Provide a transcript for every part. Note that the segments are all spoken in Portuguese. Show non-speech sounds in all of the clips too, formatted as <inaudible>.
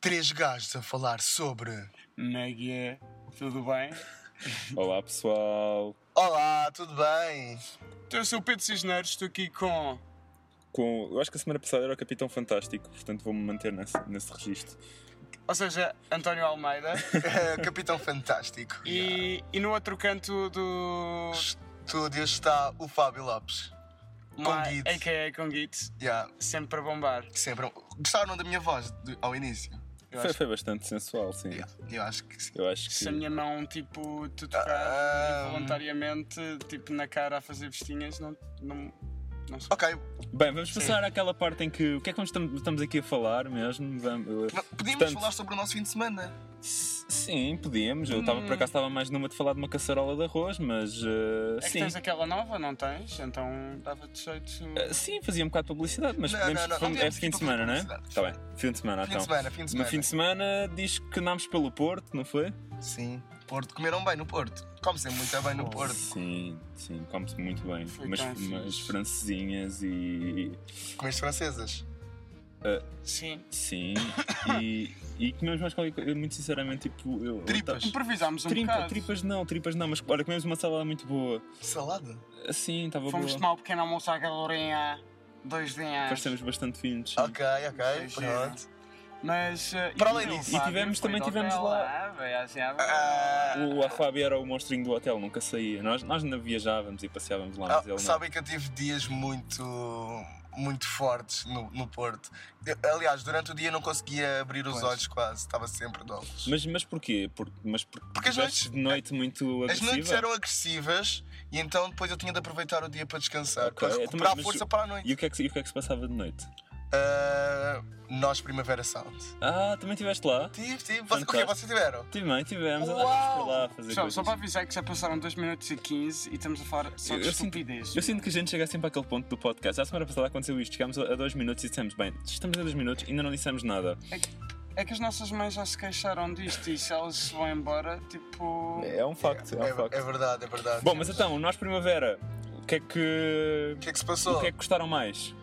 Três gajos a falar sobre. Neguia, tudo bem? Olá pessoal, Olá, tudo bem? Então, eu sou o Pedro Cisneiros, estou aqui com. com, eu acho que a semana passada era o Capitão Fantástico, portanto vou-me manter nesse, nesse registro. Ou seja, António <laughs> Almeida. É, Capitão Fantástico. e, e no outro canto do. Estúdio está o Fábio Lopes. Ma- Guides. AKA com Guides, Yeah. sempre para bombar. Sempre. é um- Gostaram da minha voz de- ao início? Eu Foi, <laughs> acho foi bastante sensual, sim. Yeah, Eu acho que sim. Eu acho que se a que. minha mão, tipo, te tocar Ah. hum. voluntariamente, tipo, na cara a fazer vestinhas, não. não, não sei. Ok, Bem, vamos passar àquela parte em que. O que é que nós estamos, estamos aqui a falar mesmo? Vamos- eh, não- Ah, podíamos Portanto- falar sobre o nosso fim de semana. S- Sim, podíamos. Eu Hum. estava por acaso estava mais numa de falar de uma caçarola de arroz, mas. eh, É que sim. tens aquela nova, não tens? Então dava-te jeito. Eh, Sim, fazia um bocado de publicidade, mas Não, podemos. não, não, não vamos- é podemos fim de fazer semana, não é? publicidade. Está bem, fim de semana, Fim então. de semana, fim de No semana. fim de semana diz que andámos pelo Porto, não foi? Sim. Porto, comeram bem no Porto. Come sempre muito bem no Porto. Sim, sim, come-se muito bem. Foi Umas, tão fixe. umas francesinhas e. Comeste francesas. Sim. Sim. e, e comemos mais qualquer coisa. Muito sinceramente, tipo. Eu, Tripas. eu ta- Improvisámos um Tripa- bocado. tripas não, tripas não, mas olha, comemos uma salada muito boa. Salada? Assim, estava boa. Fomos tomar um pequeno almoço à galorinha, dois dias. Parecemos bastante finos. sim. Ok, ok, Sim, pronto. Mas. eh, Para além o disso- Fábio E tivemos- foi também do tivemos hotel, lá- ah, foi assim, ah, Ah, O Afábio era o monstrinho do hotel, nunca saía. Nós, nós ainda viajávamos e passeávamos lá, mas Ah, ele não. sabem que eu tive dias muito, muito fortes no, no Porto. Eu, aliás, durante o dia não conseguia abrir os Pois. olhos quase, estava sempre de óculos. Mas, mas porquê? Por, mas por- Porque as tiveste de noite muito As agressiva? noites eram agressivas e então depois eu tinha de aproveitar o dia para descansar, Ok, para então, recuperar mas- a força para a noite. E o, que é que, se- e o que é que se passava de noite? Ah, nós, Primavera Sound. Ah, também estiveste lá? Tive, tive. Vocês, o quê? Fantástico. Vocês tiveram? Também tivemos, Uau! andámos por lá a fazer Pessoal, coisas. só para avisar que já passaram 2 minutos e 15 e estamos a falar só Eu- de eu sinto- estupidez. Eu sinto que a gente chega sempre àquele ponto do podcast. A semana passada aconteceu isto, chegámos a a dois minutos e dissemos, bem, estamos a dois minutos e ainda não dissemos nada. É que as nossas mães já se queixaram disto e se elas se vão embora, tipo. É um facto, é, um facto. É, é verdade, é verdade. Bom, mas então, nós primavera, o que é que... O que é que se O passou? que é que gostaram mais?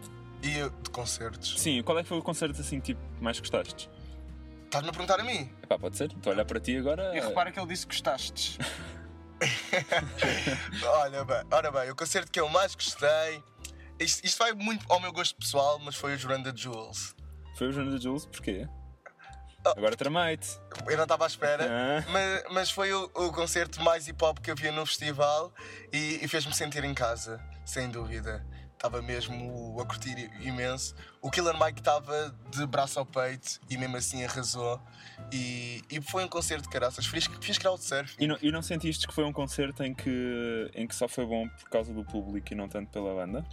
E eu, de concertos. Sim, qual é que foi o concerto assim tipo que mais gostaste? Estás-me a perguntar a mim? Epá, pode ser? Estou a olhar para ti agora. E repara que ele disse que gostastes. Olha bem, ora bem, o concerto que eu mais gostei. Isto, isto vai muito ao meu gosto pessoal, mas foi o Joranda Jules. Foi o Jonas da Jules, porquê? Oh. Agora tramite. Eu não estava à <laughs> espera, Ah, mas, mas foi o, o concerto mais hip hop que eu vi no festival e, e fez-me sentir em casa, sem dúvida. Estava mesmo a curtir imenso. O Killer Mike estava de braço ao peito e mesmo assim arrasou. E, e foi um concerto de caraças. Fiz, fiz crowdsurf. e, não, e não sentiste que foi um concerto em que, em que só foi bom por causa do público e não tanto pela banda?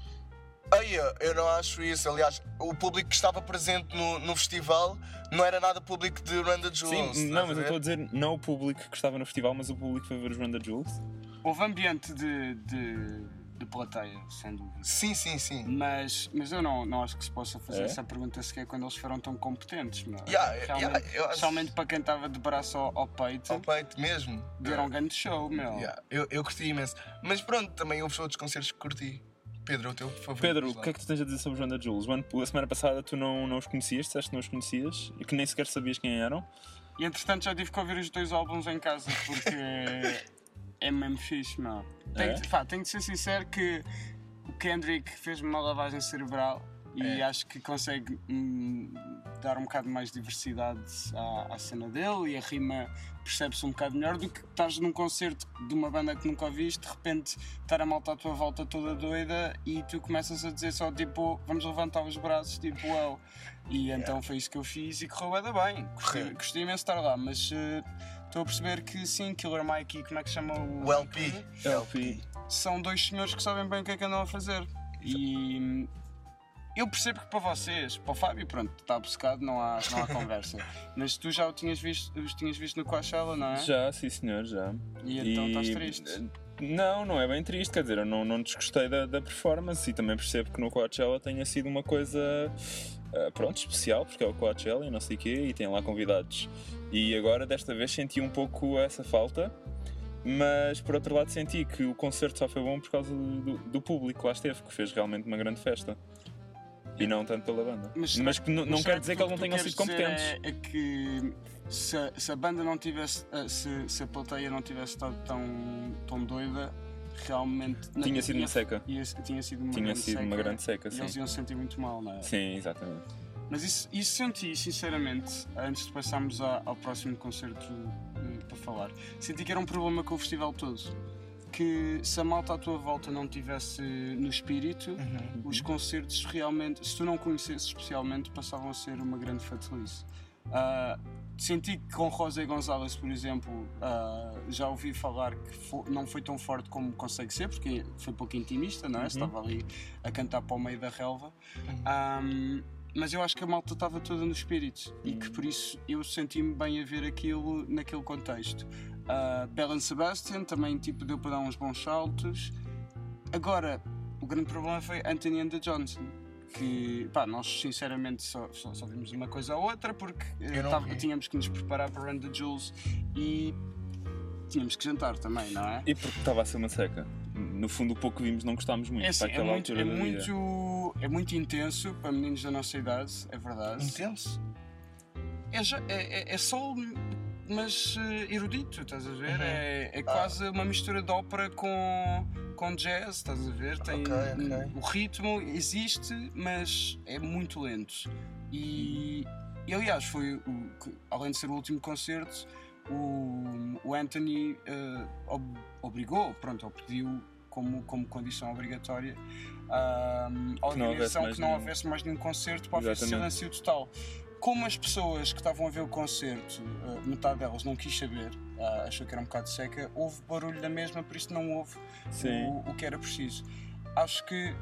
Ai, eu- eu não acho isso. Aliás, o público que estava presente no, no festival não era nada público de Randa Jewels. Sim, não, mas eu estou a dizer não o público que estava no festival, mas o público foi ver os Jonas da Jules. Houve ambiente de, de, de plateia, sem dúvida. Sim, sim, Hum, sim. Mas, mas eu não, não acho que se possa fazer É? essa pergunta sequer quando eles foram tão competentes, meu. Yeah, Realmente- yeah, eu acho- Especialmente para quem estava de braço ao, ao peito, Ao peito mesmo. deram um grande show, meu. Yeah, eu, eu curti imenso. Mas pronto, também houve outros concertos que curti. Pedro, o teu favorito. Pedro, diz o lá. que é que tu tens a dizer sobre os Jonas da Jules? O ano- A semana passada tu não, não os conhecias, disseste que não os conhecias e que nem sequer sabias quem eram. E entretanto já tive que ouvir os dois álbuns em casa porque é mesmo fixe, meu. Tenho, É? de- pá, tenho de ser sincero que o Kendrick fez-me uma lavagem cerebral e É. acho que consegue hum, dar um bocado mais diversidade à, à cena dele e a rima percebe-se um bocado melhor do que estás num concerto de uma banda que nunca ouviste, de repente estar a malta à tua volta toda doida e tu começas a dizer só tipo, vamos levantar os braços, tipo, uau. E então foi isso que eu fiz e correu bué da bem. Gostei, Correu. gostei imenso de estar lá, mas eh, estou a perceber que sim, Killer Mike e como é que se chama o. O LP. LP. São dois senhores que sabem bem o que é que andam a fazer. E. hum, Eu percebo que para vocês, para o Fábio, pronto, está obcecado, não há, não há conversa. Mas tu já o tinhas visto, os tinhas visto no Coachella, não é? Já, sim senhor, já. E então estás E- eh, triste. Não, não é bem triste, quer dizer, eu não, não desgostei da, da performance e também percebo que no Coachella tenha sido uma coisa, ah, pronto, especial, porque é o Coachella e não sei o quê, e tem lá convidados. E agora, desta vez, senti um pouco essa falta, mas por outro lado senti que o concerto só foi bom por causa do, do- do público que lá esteve, que fez realmente uma grande festa. e não tanto pela banda. Mas Mas, será- que n- Mas não será quer dizer tu- que eles não tu tenham queres sido competentes. dizer É, é que se, a- se a banda não tivesse. ah, Se, se a plateia não tivesse estado tão, tão doida, realmente. não- Tinha sido ia- uma seca. ia- tinha sido uma Tinha grande sido seca. uma grande seca, E eles sim. iam se sentir muito mal, não é? Sim, exatamente. Mas isso, isso senti, sinceramente, antes de passarmos a- ao próximo concerto hum, para falar, senti que era um problema com o festival todo. Que se a malta à tua volta não tivesse no espírito, os concertos realmente, se tu não conhecesses especialmente, passavam a ser uma grande fatalice. Ah, senti que com Rosa Gonzalez, por exemplo, ah, já ouvi falar que fo- não foi tão forte como consegue ser, porque foi pouco intimista, não é? Estava ali a cantar para o meio da relva. Ahm, mas eu acho que a malta estava toda no espírito e que por isso eu senti-me bem a ver aquilo naquele contexto. Ah, Belen Sebastian também tipo, deu para dar uns bons saltos. Agora, o grande problema foi Anthony and the Johnson. Que pá, nós sinceramente só, só, só vimos uma coisa ou outra porque eh, Eu não tava- vi. tínhamos que nos preparar para Run the Jules e tínhamos que jantar também, não é? E porque estava a ser uma seca. No fundo, o pouco que vimos não gostámos muito É, assim, para é, aquela muito, altura é, da vida. muito, é muito intenso para meninos da nossa idade, é verdade. Intenso. É, já- é, é- é soul, mas eh, erudito, estás a ver? Uhum. É, é quase uma mistura de ópera com, com jazz, estás a ver? Tem Ok, ok. um- o ritmo existe, mas é muito lento. E, e, aliás, foi o que- além de ser o último concerto, o, o Anthony eh, ob- obrigou, pronto, ou pediu como, como condição obrigatória ah, à Que não houvesse organização mais que não nenhum. houvesse mais nenhum concerto para haver Exatamente. silêncio total como as pessoas que estavam a ver o concerto, eh, metade delas não quis saber, ah, achou que era um bocado seca, houve barulho da mesma, por isso não houve Sim. o, o que era preciso. Acho que,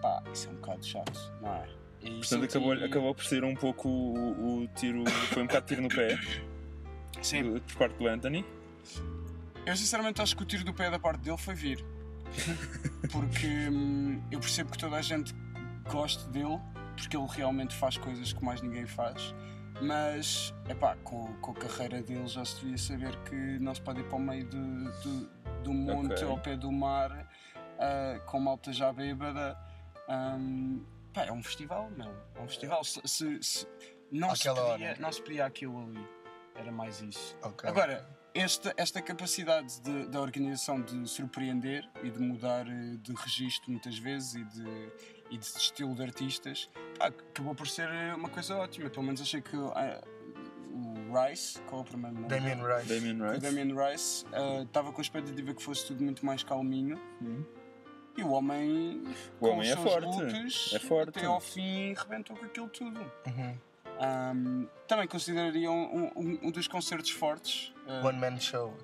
pá, isso é um bocado chato, não é? E Portanto, senti- acabou, acabou por ser um pouco o, o tiro. Foi um bocado tiro no pé Sim, do- por parte do Anthony. eu sinceramente acho que o tiro do pé da parte dele foi vir. Porque hum, eu percebo que toda a gente gosta dele, porque ele realmente faz coisas que mais ninguém faz. Mas, epá, com, com a carreira dele já se devia saber que não se pode ir para o meio do, do, do monte Ok. ao pé do mar ah, com malta já bêbada. Hum, pá, é um festival, meu. É um festival. Se, se- se- não, se Àquela pedia, hora. não se pedia aquilo ali. Era mais isso. Ok. Agora, esta, esta capacidade de- da organização de surpreender e de mudar eh, de registro muitas vezes e de, e de estilo de artistas pá, acabou por ser eh, uma coisa ótima. Pelo menos achei que ah, o Rice, qual é o primeiro nome? Damien Rice. Damien O Rice. Damien Rice ah, estava com a expectativa que fosse tudo muito mais calminho. Uhum. E o homem, O homem é com os seus forte. looks, É forte. até ao fim rebentou com aquilo tudo. Uhum. Ahm, também consideraria um, um- um dos concertos fortes. ah, One Man Show.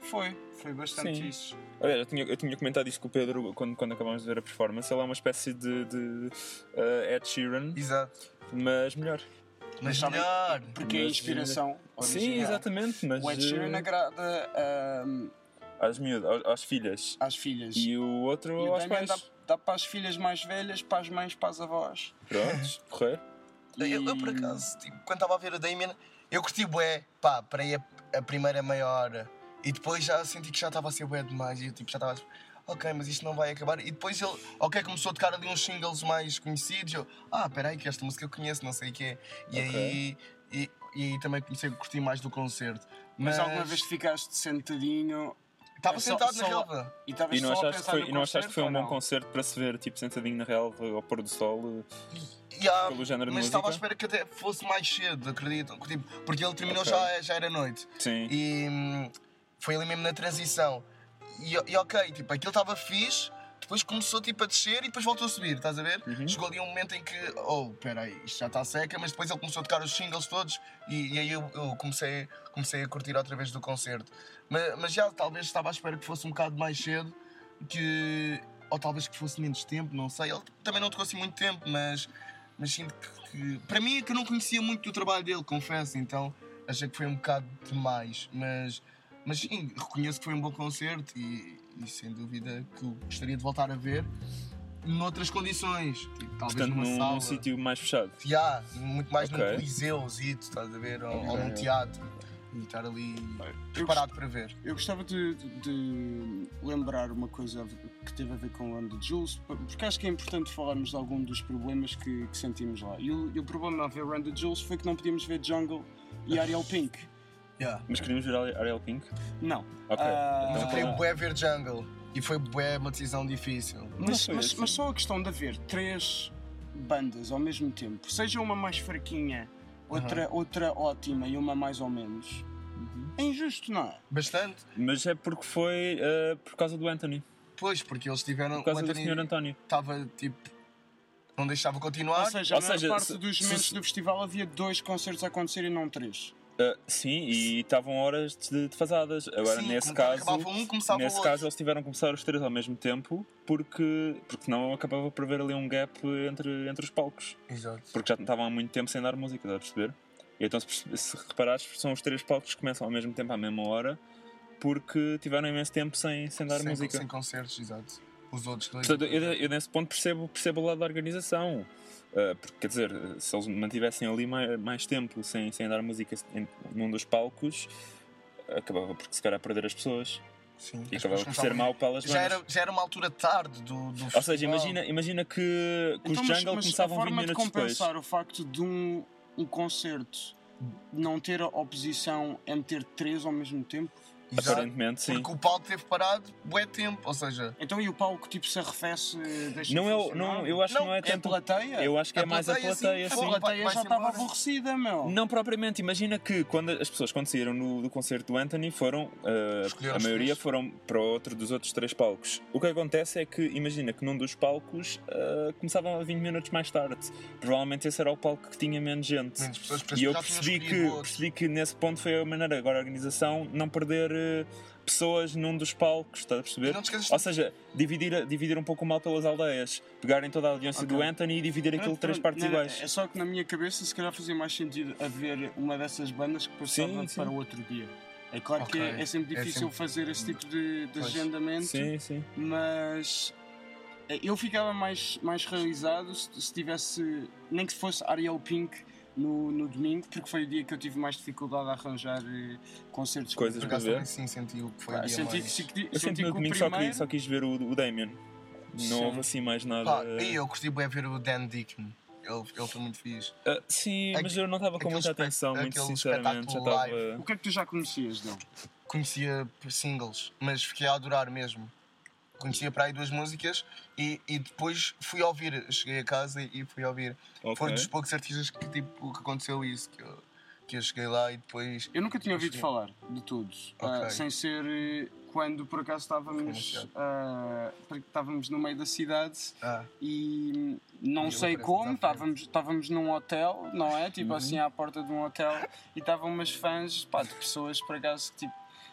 Foi, foi bastante Sim. isso. Olha, eu tinha, eu tinha comentado isso com o Pedro quando, quando acabámos de ver a performance. Ele é uma espécie de, de eh, Ed Sheeran, Exato. mas melhor. Mas sabem- melhor. Porque é a Mas- inspiração. Sim, original. exatamente, mas O Ed Sheeran é eh, agrada ahm, às, miúdas, às filhas. às filhas. E o outro E o aos Damien pais. dá, dá para as filhas mais velhas, para as mães, para as avós. Prontos, correr. E- Eu, eu, por acaso, tipo, quando estava a ver o Damien, eu curti bué, pá, para aí a, a primeira meia hora. E depois já senti que já estava a ser bué demais. E eu tipo, já estava a dizer, ok, mas isto não vai acabar. E depois ele, ok, começou a tocar ali uns singles mais conhecidos. Eu, ah, peraí, que esta música eu conheço, não sei o quê. E Ok. aí. E, e aí também comecei a curtir mais do concerto. Mas, alguma vez ficaste sentadinho Estava só- sentado na só- relva. e estavas E não, só a achaste que pensar foi, no e não achaste que foi um bom concerto? concerto para se ver, tipo, sentadinho na relva ao pôr do sol? eh, E há- Pelo género de mas estava à música? espera que até fosse mais cedo, acreditam? Tipo, porque ele terminou Ok. já, já era noite. Sim. E hum, foi ali mesmo na transição. E, e ok, tipo, aquilo estava fixe, depois começou tipo, a descer e depois voltou a subir, estás a ver? Chegou ali um momento em que, oh, peraí, isto já está seca, mas depois ele começou a tocar os singles todos e, e aí eu, eu comecei, comecei a curtir outra vez do concerto. Mas, mas já talvez estava à espera que fosse um bocado mais cedo, que, ou talvez que fosse menos tempo, não sei. Ele também não tocou assim muito tempo, mas, mas sinto que, que- Para mim é que eu não conhecia muito do trabalho dele, confesso, então achei que foi um bocado demais, mas. Mas sim, reconheço que foi um bom concerto e, e sem dúvida que eu gostaria de voltar a ver noutras condições. Tipo, talvez Portanto, numa num, sala. num sítio mais fechado. Já, muito mais Ok. num coliseu, estás a ver? Ou, ou Ok. num teatro. e estar ali Eu preparado para ver. Eu gostava de, de lembrar uma coisa que teve a ver com o ano de Jules, porque acho que é importante falarmos de algum dos problemas que, que sentimos lá. E o, e o problema a ver o ano de Jules foi que não podíamos ver Jungle e <laughs> Ariel Pink. Yeah. Mas queríamos ver Ari- Ariel Pink? Não. Ok. Ah, Mas então, eu queria tá bem. bué ver Jungle e foi bué uma decisão difícil. Mas, foi mas- assim. mas só a questão de haver três bandas ao mesmo tempo, seja uma mais fraquinha, outra, outra ótima e uma mais ou menos, Uhum. é injusto, não é? Bastante. Mas é porque foi ah, por causa do Anthony. Pois, porque eles tiveram. Por causa o do senhor Anthony António. estava tipo. Não deixava Ou continuar. seja, a ou maior seja, parte se- dos se- momentos do festival havia dois concertos a acontecer e não três. Ah, sim, e estavam horas de, de fasadas. Agora, Sim, nesse como caso. Acabava um, começava o Nesse outro. caso, eles tiveram que começar os três ao mesmo tempo porque, porque senão acabava por haver ali um gap entre, entre os palcos. Exato. Porque já estavam há muito tempo sem dar música, estás a perceber? E então, se, perce- se reparares, são os três palcos que começam ao mesmo tempo, à mesma hora, porque tiveram imenso tempo sem, sem dar sem, música. sem concertos, exato. Os outros dois. Portanto, eu, eu nesse ponto percebo, percebo o lado da organização. Ah, porque, quer dizer, se eles mantivessem ali mais, mais tempo sem, sem dar música em- num dos palcos, acabava por se calhar perder as pessoas. Sim, E as acabava pessoas por ser começavam- mau para elas Já era, já era uma altura tarde do, do Ou seja, festival. imagina, imagina que, que Então, os mas- Jungle mas começavam a forma 20 de minutos depois. compensar o facto de um, um concerto não ter a oposição é meter três ao mesmo tempo. Exato. Aparentemente, sim. Porque o palco teve parado bué tempo, ou seja, Então e o palco tipo se arrefece, deixa Não, de é o- funcionar? não, eu acho que Não, não é é a tanto. plateia? Eu acho que A é mais a plateia, sim. plateia, A sim. a plateia Vai-se já estava embora. aborrecida, meu. Não propriamente, imagina que quando as pessoas quando saíram no- do concerto do Anthony foram, ah, Escolheram a os maioria três. foram para outro dos outros três palcos. O que acontece é que, imagina que num dos palcos ah, começavam a 20 minutos mais tarde. Provavelmente esse era o palco que tinha menos gente. menos pessoas E eu Hum, já tinham percebi que, escolhido outro. percebi que nesse ponto foi a maneira agora a organização não perder eh, pessoas num dos palcos, estás a E perceber? Não te esqueças Ou seja, dividir, a- dividir um pouco o mal pelas aldeias, pegarem toda a audiência Ok. do Anthony e dividir aquilo Pronto, de três pronto, partes não, iguais. É só que na minha cabeça se calhar fazia mais sentido haver uma dessas bandas que passava Sim, sim. para o outro dia. É claro que Ok, é, é sempre é difícil sempre- fazer esse tipo de, de Pois. agendamento, Sim, sim. mas eh, eu ficava mais, mais realizado se, se tivesse, nem que fosse Ariel Pink no, no domingo, porque foi o dia que eu tive mais dificuldade a arranjar eh, concertos. Coisas Por com- para acaso ver. Ah, também sim senti o que foi o Pá, dia senti, mais. senti- senti Eu sempre que no o domingo primeiro... só, queria, só quis ver o, o Damien. Não Sim. houve assim mais nada. Pá, e eu curti bué ver o Dan Deacon. Ele, ele foi muito fixe. Ah, sim, Aque- mas eu não estava com aquele muita espe- atenção, muito aquele sinceramente. Já espetáculo estava. live. O que é que tu já conhecias, Dão? Conhecia por singles, mas fiquei a adorar mesmo. Conhecia para aí duas músicas e, e depois fui ouvir. Cheguei a casa e fui ouvir. Foi um Ok. dos poucos artistas que, tipo, que aconteceu isso. Que eu, que eu cheguei lá e depois. Eu nunca tinha ouvido Sim. falar de todos, Ok. ah, sem ser eh, quando por acaso estávamos, Comercial. ah, porque estávamos no meio da cidade Ah, e não E sei aparece-nos como, à estávamos, estávamos num hotel, não é? Tipo Uhum. assim à porta de um hotel e estavam umas fãs pá, de pessoas por acaso que tipo,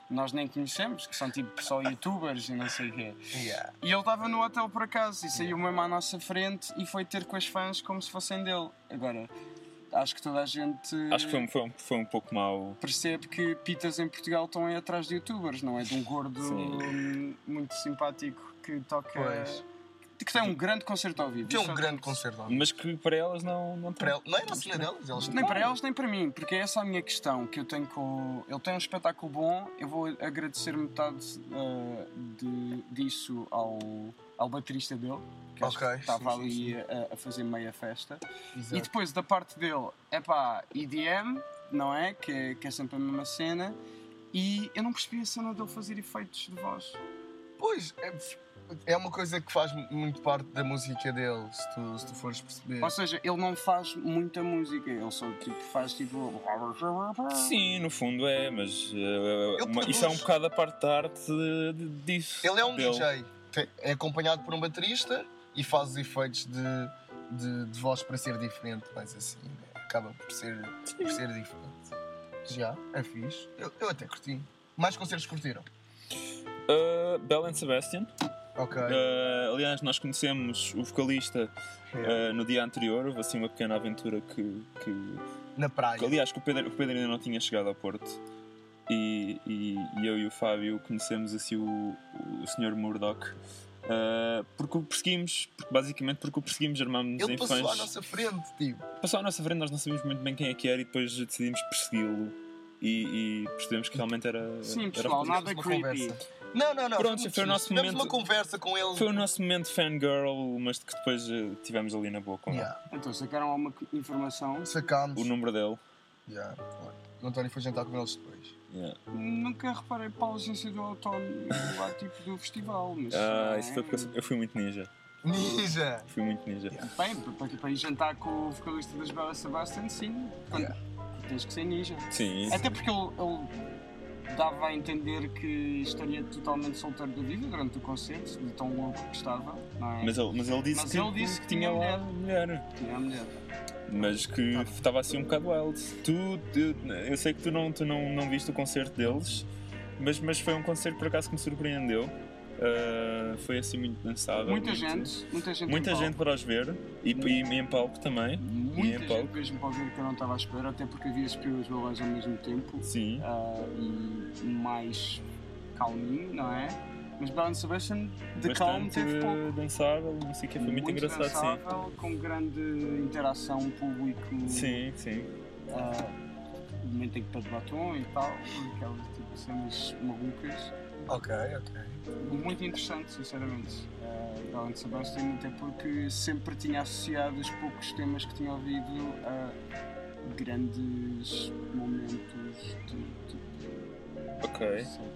nós nem conhecemos, que são tipo só youtubers e não sei o quê. yeah. E ele estava no hotel por acaso e saiu mesmo à nossa frente e foi ter com as fãs como se fossem dele. Agora, acho que toda a gente. Acho que foi, um- foi, um- foi um pouco mau. percebe que pitas em Portugal estão aí atrás de youtubers, não é? De um gordo Sim. muito simpático que toca. Pois. Que tem um grande concerto ao vivo. Tem Isso um é- grande concerto lá. Mas que para elas não, não Para ele- Não era a cena delas, elas Nem para eles, nem para mim, porque essa é a minha questão que eu tenho com. Ele tem um espetáculo bom, eu vou agradecer metade eh, de, disso ao, ao baterista dele, que acho Ok, que estava sim, sim, ali A, a fazer meia festa. E Exato. depois da parte dele, é pá, EDM, não é? Que, é- que é sempre a mesma cena. E eu não percebi a cena dele fazer efeitos de voz. Pois, é, é uma coisa que faz muito parte da música dele, se tu, se tu fores perceber. Ou seja, ele não faz muita música, ele só tipo, faz tipo. Sim, no fundo é, mas uh, uma- produzo. isso é um bocado a parte da arte de- de- disso. Ele é um dele. DJ, te- é acompanhado por um baterista e faz os efeitos de, de, de voz para ser diferente, mas assim, né? acaba por ser, por ser diferente. Já, é fixe. Eu, eu até curti. Mais concertos curtiram? Uh, Bell and Sebastian. Ok. Uh, aliás, nós conhecemos o vocalista É, uh, no dia anterior, houve assim uma pequena aventura que. que- Na praia. que- aliás, que o Pedro, o Pedro ainda não tinha chegado ao Porto. E, e- e eu e o Fábio conhecemos assim o, o Sr. Murdoch. uh, porque o perseguimos, porque, basicamente porque o perseguimos, armámos-nos Ele em passou à fãs. nossa frente, tipo. Passou à nossa frente, nós não sabíamos muito bem quem é que era e depois decidimos persegui-lo e, e percebemos que realmente era. Sim, era pessoal, bonito. tivemos nada uma creepy. conversa. Não, não, não. Pronto, fomos- foi o nosso tivemos momento- uma conversa com ele. Foi o nosso momento fangirl, mas que depois eh, tivemos ali na boa com ele. Yeah, Então, sacaram alguma informação? Sacámos. o número dele. Yeah. O António foi jantar com eles depois. Yeah. Nunca reparei para a ausência do outono lá, tipo do festival. Mas, Ah, isso é. foi porque eu sou- eu fui muito ninja. Ninja! Fui muito ninja. Bem, para, para ir jantar com o vocalista das Bela Sebastian, sim. Quando- Yeah. Tens que ser ninja. Sim, isso. Até porque ele, ele dava a entender que estaria totalmente solteiro da vida durante o concerto, de tão louco que estava, não é? Mas ele, mas ele disse Mas que, ele disse que tinha lá mulher. Tinha a mulher. Mas que Tá. estava assim um bocado wild. Tu, eu, eu sei que tu não, tu não, não viste o concerto deles, mas, mas foi um concerto por acaso que me surpreendeu. Ah, foi assim muito dançável. Muita muito- gente, muita gente. Muita em gente para os ver e, e, e em palco também. palco. Muita em gente palco. mesmo para ouvir que eu não estava à espera, até porque havia Spirits Balões ao mesmo tempo Sim. ah, e mais calminho, não é? Mas Brown Sebastian de calmo Bastante teve pouco. dançável, não sei o que, foi muito, engraçado, dançável, com grande interação público. sim. Sim, sim. Ah, o momento em que pede batom e tal, aquelas tipo cenas malucas. Ok, ok. Muito interessante, sinceramente. Uh, Alan Sebastian, até porque sempre tinha associado os poucos temas que tinha ouvido a grandes momentos de. de Ok, sei lá.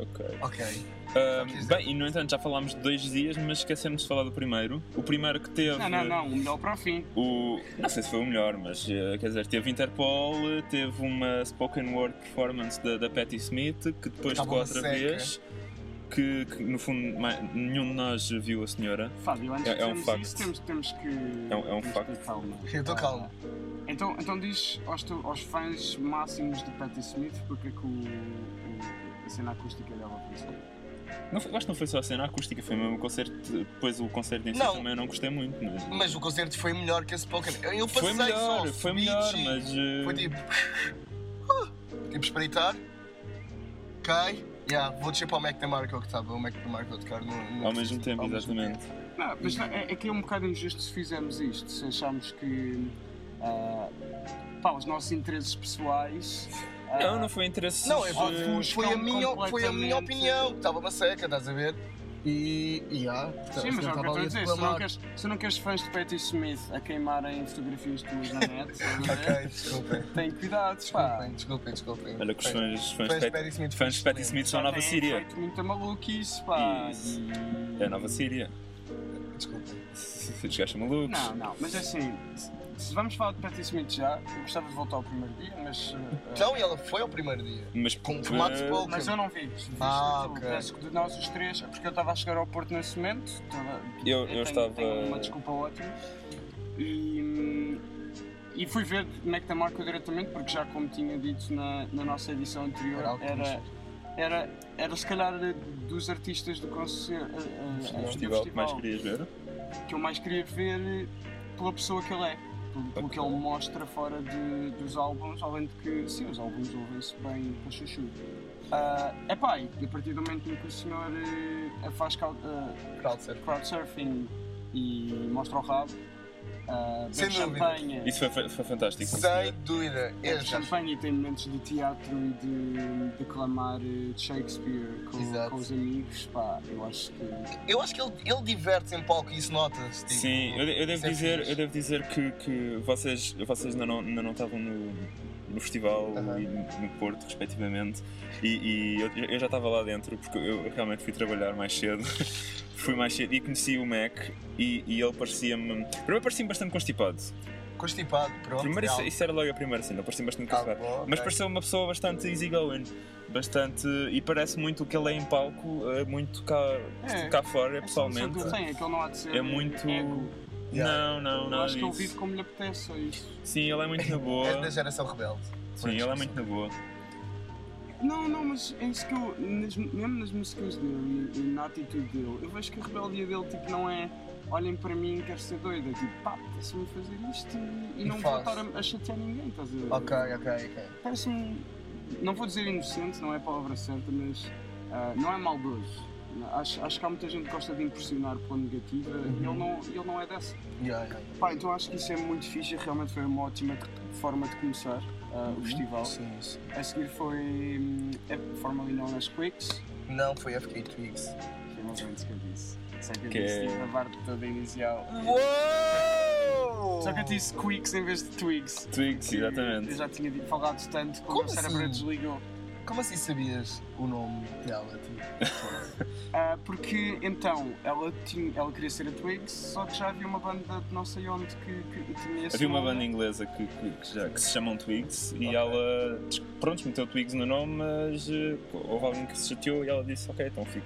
ok. Ok. Ah, Sabes dizer? bem, e no entanto já falámos de dois dias, mas esquecemos de falar do primeiro. O primeiro que teve. Não, não, não, o melhor para o fim. O, não sei se foi o melhor, mas eh, quer dizer, teve Interpol, eh, teve uma spoken word performance da, da Patti Smith, que depois Tava ficou uma outra seca. vez, que, que, no fundo ma- nenhum de nós viu a senhora. Fábio, antes É- de é um dizermos facto. isso, temos, temos que. É um- é um temos facto. que ter calma. Eu estou Ah, calmo. Então, então diz aos, teu- aos fãs máximos de Patti Smith porque é que o, o- a cena acústica é dela funciona. Não foi- acho que não foi só a cena acústica, foi mesmo o concerto. Depois o concerto em si Não. também eu não gostei muito, mas. Mas o concerto foi melhor que a Spoken. Eu, eu foi passei só melhor, aos foi melhor, beats e mas. eh, Foi tipo. <laughs> ah, Tipo, espreitar. Cai. Yeah, vou descer para o McNamara que é o que estava. O McNamara a tocar no. no- Ao mesmo tempo, ao mesmo exatamente. tempo. Não, mas não, é, é que é um bocado injusto se fizermos isto, se acharmos que ah, pá, os nossos interesses pessoais. ah, Não, não foi interesse. Não, é eh, porque foi, a Ofuscam minha, foi a minha completamente. opinião. que Estava uma seca, estás a ver? E. e ah, Sim, mas é o que estava eu estou a ali dizer, se não, reclamar. queres, se não queres fãs de Patti Smith a queimarem fotografias tuas na net, estás a <laughs> ver? Ok, desculpem. tem cuidado, pá. Desculpem, desculpem, desculpem. Olha, que os Bem, fãs, fãs, fãs de de Patti Smith. Pat- fãs de Patti Smith são a é nova Tem Síria. é feito muita maluquice, pá. Isso. E- É a nova Síria. <laughs> Desculpem. Esses gajos são malucos. Não, não, mas assim, se- se vamos falar de Patti Smith já, eu gostava de voltar ao primeiro dia, mas. eh, Então, e ela foi ao primeiro dia. Mas Com porque- formato de eh, spoken. mas eu não vi. Viste Ah, aquilo? ok. Penso que de nós os três, é porque eu estava a chegar ao Porto nesse momento, estava- Eu- eu tenho, estava- tenho uma desculpa ótima. E. E fui ver é McDamarco diretamente, porque já como tinha dito na, na nossa edição anterior, Era algo que era, nos- era, era se calhar dos artistas do concerto. eh, eh, O do festival que mais festival querias ver? que eu mais queria ver pela pessoa que ele é, pelo, pelo que ele mostra fora de- dos álbuns, além de que, sim, os álbuns ouvem-se bem para chuchu. é epá, e a partir do momento em que o senhor eh, faz crowd, eh, Crowdsurf. crowdsurfing e mostra o rabo, ah, Sem bebe dúvida. é champanhe, Isso foi, foi- foi fantástico. sim, Sem senhor. dúvida. bebe Este. champanhe e tem momentos de teatro e de declamar eh, de Shakespeare com, Exato. com os amigos, pá, eu acho que Eu acho que ele, ele diverte-se em palco e isso nota-se. tipo, Sim, eu, de- eu devo isso é dizer, fixe. eu devo dizer que, que vocês, vocês ainda, não, ainda não estavam no, no festival Aham. e no Porto, respectivamente, e, e eu, eu já estava lá dentro porque eu realmente fui trabalhar mais cedo. <laughs> fui mais cedo e conheci o Mac e, e ele parecia-me. Primeiro parecia-me bastante constipado. Constipado, pronto. Primeiro, isso, calma, isso era logo a primeira cena, parecia bastante calma, constipado. bom, Mas ok. pareceu uma pessoa bastante easygoing, bastante. e parece muito o que ele é em palco, é muito cá, tipo, É. cá fora, a sensação pessoalmente. que eu tenho é que ele não há de ser É muito. ego. Yeah. Não, não, Eu não. é acho que eu vivo como lhe apetece, só isso. Sim, ele é muito na boa. É da geração rebelde. Sim, ele é muito na boa. Não, não, mas é isso que eu, nas- mesmo nas músicas dele e, e na atitude dele, eu vejo que a rebeldia dele tipo, não é olhem para mim, quero ser doida, tipo pá, deixa-me fazer isto e, e E não vou faz. estar a, a chatear ninguém, estás a ver? Ok, ok, ok. Parece-me, não vou dizer inocente, não é a palavra certa, mas ah, não é maldoso. Acho, acho que há muita gente que gosta de impressionar pela negativa Uhum. e ele não, ele não é dessa. Yeah, yeah. Pá, então acho que isso é muito fixe e realmente foi uma ótima forma de começar. ah, Uhum. o festival. Sim, sim. A seguir foi hum, é, Formally Known as Quicks. Não, foi FK Twigs. Foi mais ou menos o que eu disse. Só que eu Que disse é- tipo, a parte toda inicial. Uou! Só que eu disse Quicks em vez de Twigs. Twigs, Que Eu exatamente. já tinha dito- falado tanto que o Como meu cérebro assim? desligou. Como assim sabias o nome dela? tipo? Ah, porque então, ela, tinha, ela queria ser a Twigs, só que já havia uma banda de não sei onde que, que tinha esse Havia uma nome. banda inglesa que, que- que já, que se chamam Twigs Ok. e ela, des- pronto, meteu Twigs no nome, mas eh, houve alguém que se chateou e ela disse: Ok, então fico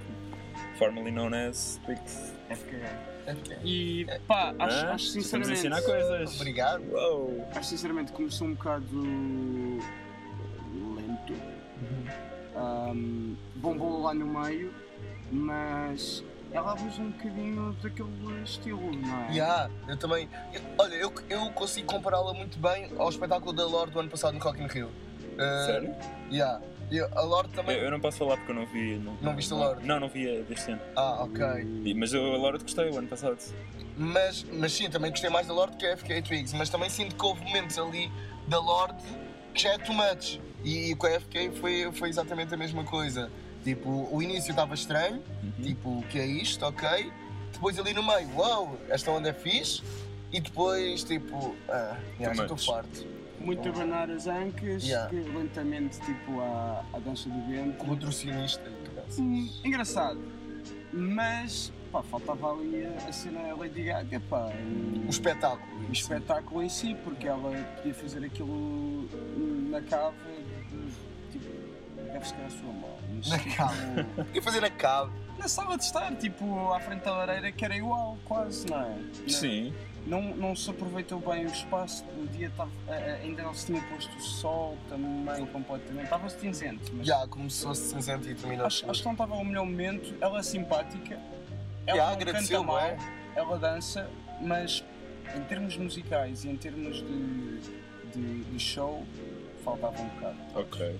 formally known as Twigs. FKA. Ok. É E pá, acho, Ah, acho Estamos sinceramente. a ensinar coisas. Obrigado. Uou! Acho sinceramente que começou um bocado lento. Uhum. Um, bombou lá no meio, mas ela abusa um bocadinho daquele estilo, não é? Yeah, eu também. eu- olha, eu, eu consigo compará-la muito bem ao espetáculo da Lorde do ano passado no Rock in Rio. Uh, Sério? Yeah. E a Lorde Eu, também. eu não posso falar porque eu não vi. Não, Não viste a Lorde? Não, não vi a deste ano. Ah, ok. E- Mas eu a Lorde gostei o ano passado. Mas, mas sim, também gostei mais da Lorde que a FK Twigs. Mas também sinto que houve momentos ali da Lorde que já é too much. E, com a FK foi, foi exatamente a mesma coisa. Tipo, o início estava estranho, Uhum. tipo, o que é isto? Ok. Depois ali no meio, uau, esta onda é fixe. E depois, tipo, ah, yeah, já estou much. farto. Muito a abanar as ancas, Yeah. que lentamente tipo a, a dança do vento. Controcionista e caraças. Hum, engraçado, mas pá, faltava ali a, a cena Lady Gaga, pá. e- O espetáculo. o espetáculo em si, porque ela podia fazer aquilo na cava de tipo, deve ficar a sua mão. mas, Na tipo, O que fazer a cabo? Na sala de estar, tipo, à frente da lareira, que era igual, quase, não é? Não- Sim. Não, não se aproveitou bem o espaço, o dia estava. a- a- ainda não se tinha posto o sol também completamente. Estava cinzento, mas Já começou-se cinzento e terminou. acho, acho que não estava o melhor momento. Ela é simpática, ela Já não agradeceu, canta não mal, é? ela dança, mas em termos musicais e em termos de, de, de show, faltava um bocado. Ok. É. Tipo,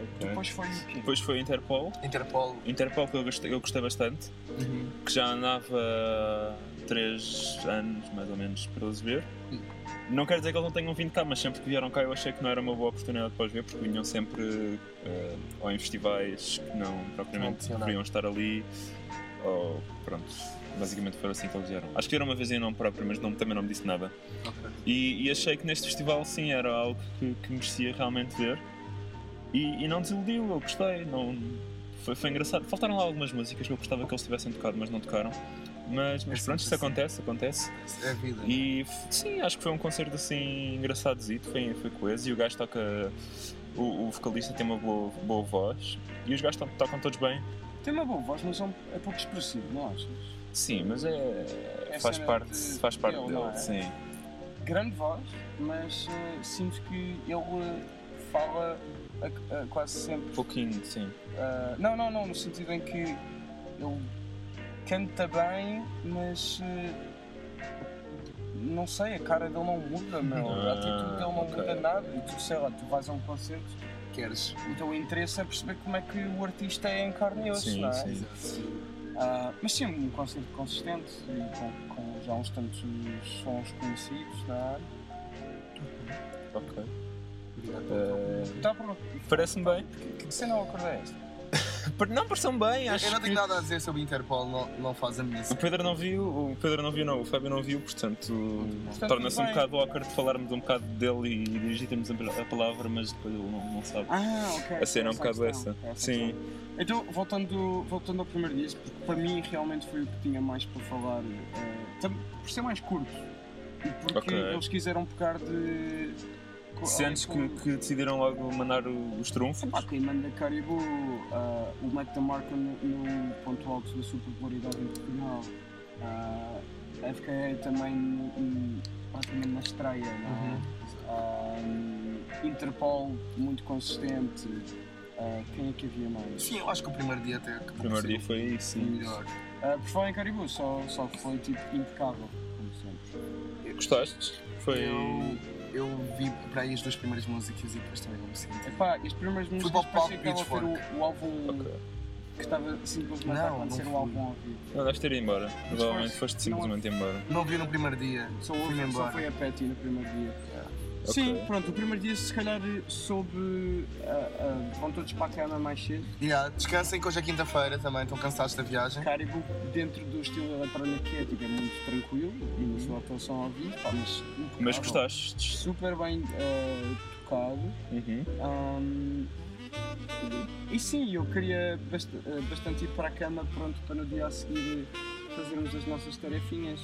Ok. Depois foi o quê? Depois foi Interpol. Interpol. Interpol que eu gostei, eu gostei bastante, que já andava 3 anos mais ou menos para os ver. Não quero dizer que eles não tenham vindo cá, mas sempre que vieram cá eu achei que não era uma boa oportunidade para os ver, porque vinham sempre eh, ou em festivais que não Não propriamente tinham nada. deveriam estar ali, ou pronto. Basicamente foram assim que eles vieram. Acho que vieram uma vez em nome próprio, mas não, também não me disse nada. E, e achei que neste festival sim era algo que, que merecia realmente ver. E, e não desiludiu, eu gostei. Não, foi, foi engraçado. Faltaram lá algumas músicas que eu gostava que eles tivessem tocado, mas não tocaram. Mas, mas É pronto, isso sempre acontece, acontece. É vida. E f- sim, acho que foi um concerto assim engraçadozito, foi, foi coeso. E o gajo toca. O, o vocalista tem uma boa, boa voz e os gajos to- tocam todos bem. Tem uma boa voz, mas é um- é pouco expressivo, não achas? Sim, mas é. É faz cena parte, de- faz parte dele, dele, não é? sim. Grande voz, mas eh, sinto que ele eh, fala a- a- quase sempre. Um pouquinho, sim. ah, não, não, não, no sentido em que ele canta bem, mas. eh, não sei, a cara dele não muda, meu. a Ah, atitude dele não ok. muda nada. E tu, sei lá, tu vais a um concerto Queres? Então o interesse é perceber como é que o artista é em carne e osso, Sim, não é? sim. Ah, mas sim, um concerto consistente e com, com já uns tantos sons conhecidos, não é? Ok. Obrigado. Eh, Tá pronto. Parece-me bem. Que que cena ou acorda é esta? Por- Não pareceu bem, acho Eu não tenho que... nada a dizer sobre Interpol, não, não faz a minha O Pedro não viu, o Pedro não viu não, o Fábio não viu, portanto Portanto, torna-se um bem. bocado awkward de falarmos um bocado dele e dirigirmos a palavra, mas depois ele não, não sabe. Ah, ok. A cena é um Essa bocado questão, essa. Sim. questão. Então, voltando, voltando ao primeiro dia, porque para mim realmente foi o que tinha mais para falar, eh, tam- por ser mais curto e porque Ok. eles quiseram pegar de. co- Sentes que, com- que decidiram logo mandar o- os trunfos? Epá, quem manda Caribou, ah, o Mac da Marca no, no ponto alto da sua popularidade em Portugal, ah, a FKA também hum, praticamente na estreia, não é? Uhum. Ah, Interpol muito consistente, ah, quem é que havia mais? Sim, eu acho que o primeiro dia até acabou O primeiro por ser dia foi isso. o sim. melhor. Ah, por falar em Caribou, só, só foi tipo impecável, como sempre. Gostaste? Foi. Eu, eu vi para aí as duas primeiras músicas e depois também não me senti. Epá, e as primeiras músicas Pop, parecia que estava a Pitchfork. ver o, o álbum Ok. que estava simplesmente Não, a acontecer não o fui. álbum ao vivo. Não deves ter ido embora. Provavelmente foste- foste não- simplesmente embora. Não vi no primeiro dia. Só, Fui-me houve, só embora. foi a Petty no primeiro dia. Sim, pronto, o primeiro dia se calhar soube. ah, ah, vão todos para a cama mais cedo. Yeah, descansem que hoje é quinta-feira também, estão cansados da viagem. Caribou dentro do estilo eletrónico que é, tipo, é muito tranquilo e no seu hotel são ao vivo, pá, mas. Mas impecável. gostaste? Super bem ah, tocado. Uhum. Ahm, e sim, eu queria bast- eh, bastante ir para a cama pronto para no dia a seguir fazermos as nossas tarefinhas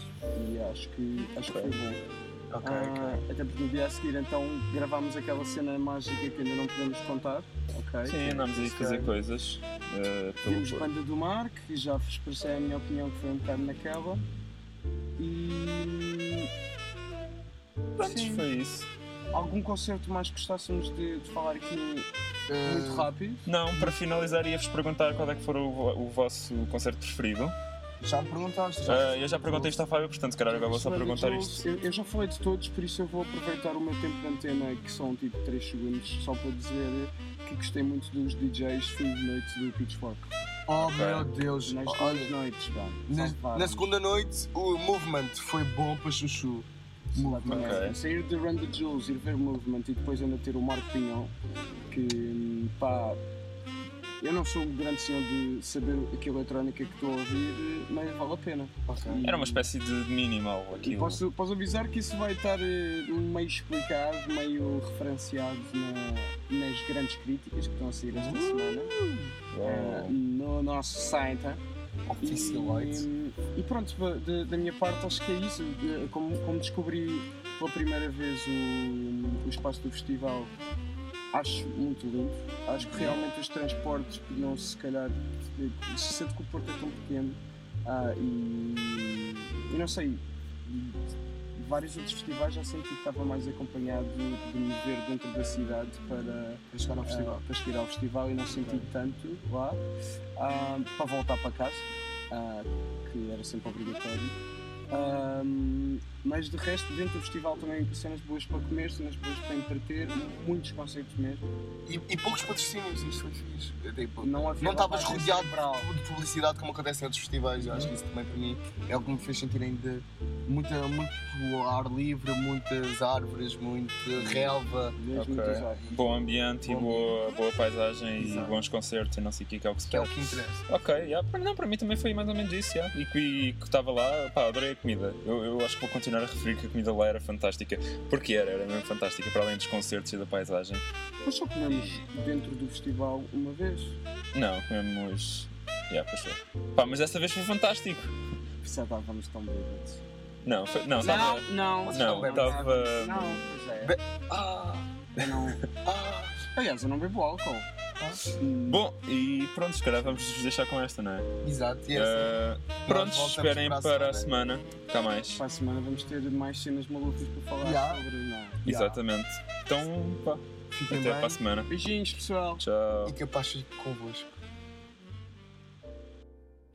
e acho que, acho que foi bom. Ok, Ah, até porque no dia a seguir então gravámos aquela cena mágica que ainda não podemos contar. ok? Sim, andámos aí a fazer coisas eh, Vimos pelo Porto. Banda do Mar, que já vos expressei a minha opinião que foi um bocado naquela. E Pronto, Sim. foi isso. algum concerto mais que gostássemos de, de falar aqui Eh, muito rápido? Não, para finalizar, ia-vos perguntar qual é que foi o, vo- o vosso concerto preferido. Já me perguntaste? Ah, eu já perguntei isto à Fábio, portanto, se calhar agora vou só Mas, perguntar eu- isto. Eu, eu já falei de todos, por isso eu vou aproveitar o meu tempo de antena, que são tipo 3 segundos, só para dizer que gostei muito dos DJs fim de noite do Pitchfork. Oh Ok. meu Deus, Nas duas olha. noites, vá. Na, salvaram. na segunda noite, o Movement foi bom para Chuchu. Exatamente. Ok. Sair de Run the Jewels, ir ver Movement e depois ainda ter o Marco Pinhão, que pá. Eu não sou um grande senhor de saber que eletrónica que estou a ouvir, mas vale a pena. Ok. Era uma espécie de minimal um E aquilo. posso, posso avisar que isso vai estar eh, meio explicado, meio referenciado na- nas grandes críticas que estão a sair Uhum. esta semana eh, Uau. no nosso site. eh. Oficialite. E, e pronto, ba- de- da minha parte acho que é isso. De- Como, como descobri pela primeira vez o, o espaço do festival, acho muito lindo. Acho que realmente os transportes podiam se calhar. eh, Se sente que o Porto é tão pequeno ah, e, e não sei. Vários outros festivais já senti que estava mais acompanhado de, de me ver dentro da cidade para Para chegar É. ao festival. ah, para chegar ao festival e não senti tanto lá ah, para voltar para casa ah, que era sempre obrigatório Ah, mas de resto dentro do festival também cenas boas para comer cenas boas para entreter muitos conceitos mesmo E, e poucos patrocínios, isto foi fixe. Tipo, não havia não estavas lavagem rodeado cerebral. de publicidade como acontece em outros festivais. Eu acho que isso também para mim é o que me fez sentir ainda muita, muito ar livre, muitas árvores, muita Uhum. relva. Mesmo Ok. muitas horas. Bom ambiente e Bom boa, boa paisagem Exato. e bons concertos e não sei o que, que é o que se Que é o quer. que interessa. Ok, yeah, para- não, para mim também foi mais ou menos isso, yeah. e que e que estava lá, pá, adorei a comida. Eu, eu acho que vou continuar a referir que a comida lá era fantástica, porque era, era mesmo fantástica, para além dos concertos e da paisagem. Mas só comemos dentro do festival uma vez. Não, comemos. Yeah, pois foi. Pá, mas dessa vez foi fantástico. Já estávamos tão bêbados. Não, foi, não, estava. não, vocês Não, não bebem. estava. Não, pois é. Be- Ah, Eu não... ah, <laughs> Aliás, eu não bebo álcool. Hum, ah. Bom, e pronto, se calhar vamos vos deixar com esta, não é? Exato, e é assim. Ah, pronto, voltamos esperem para para, a a semana, cá mais. Para a semana vamos ter mais cenas malucas para falar Yeah. sobre. Não. é? Exatamente. Então, pá, Fiquem até bem para a semana. Beijinhos, pessoal. Tchau. e capaz de convosco.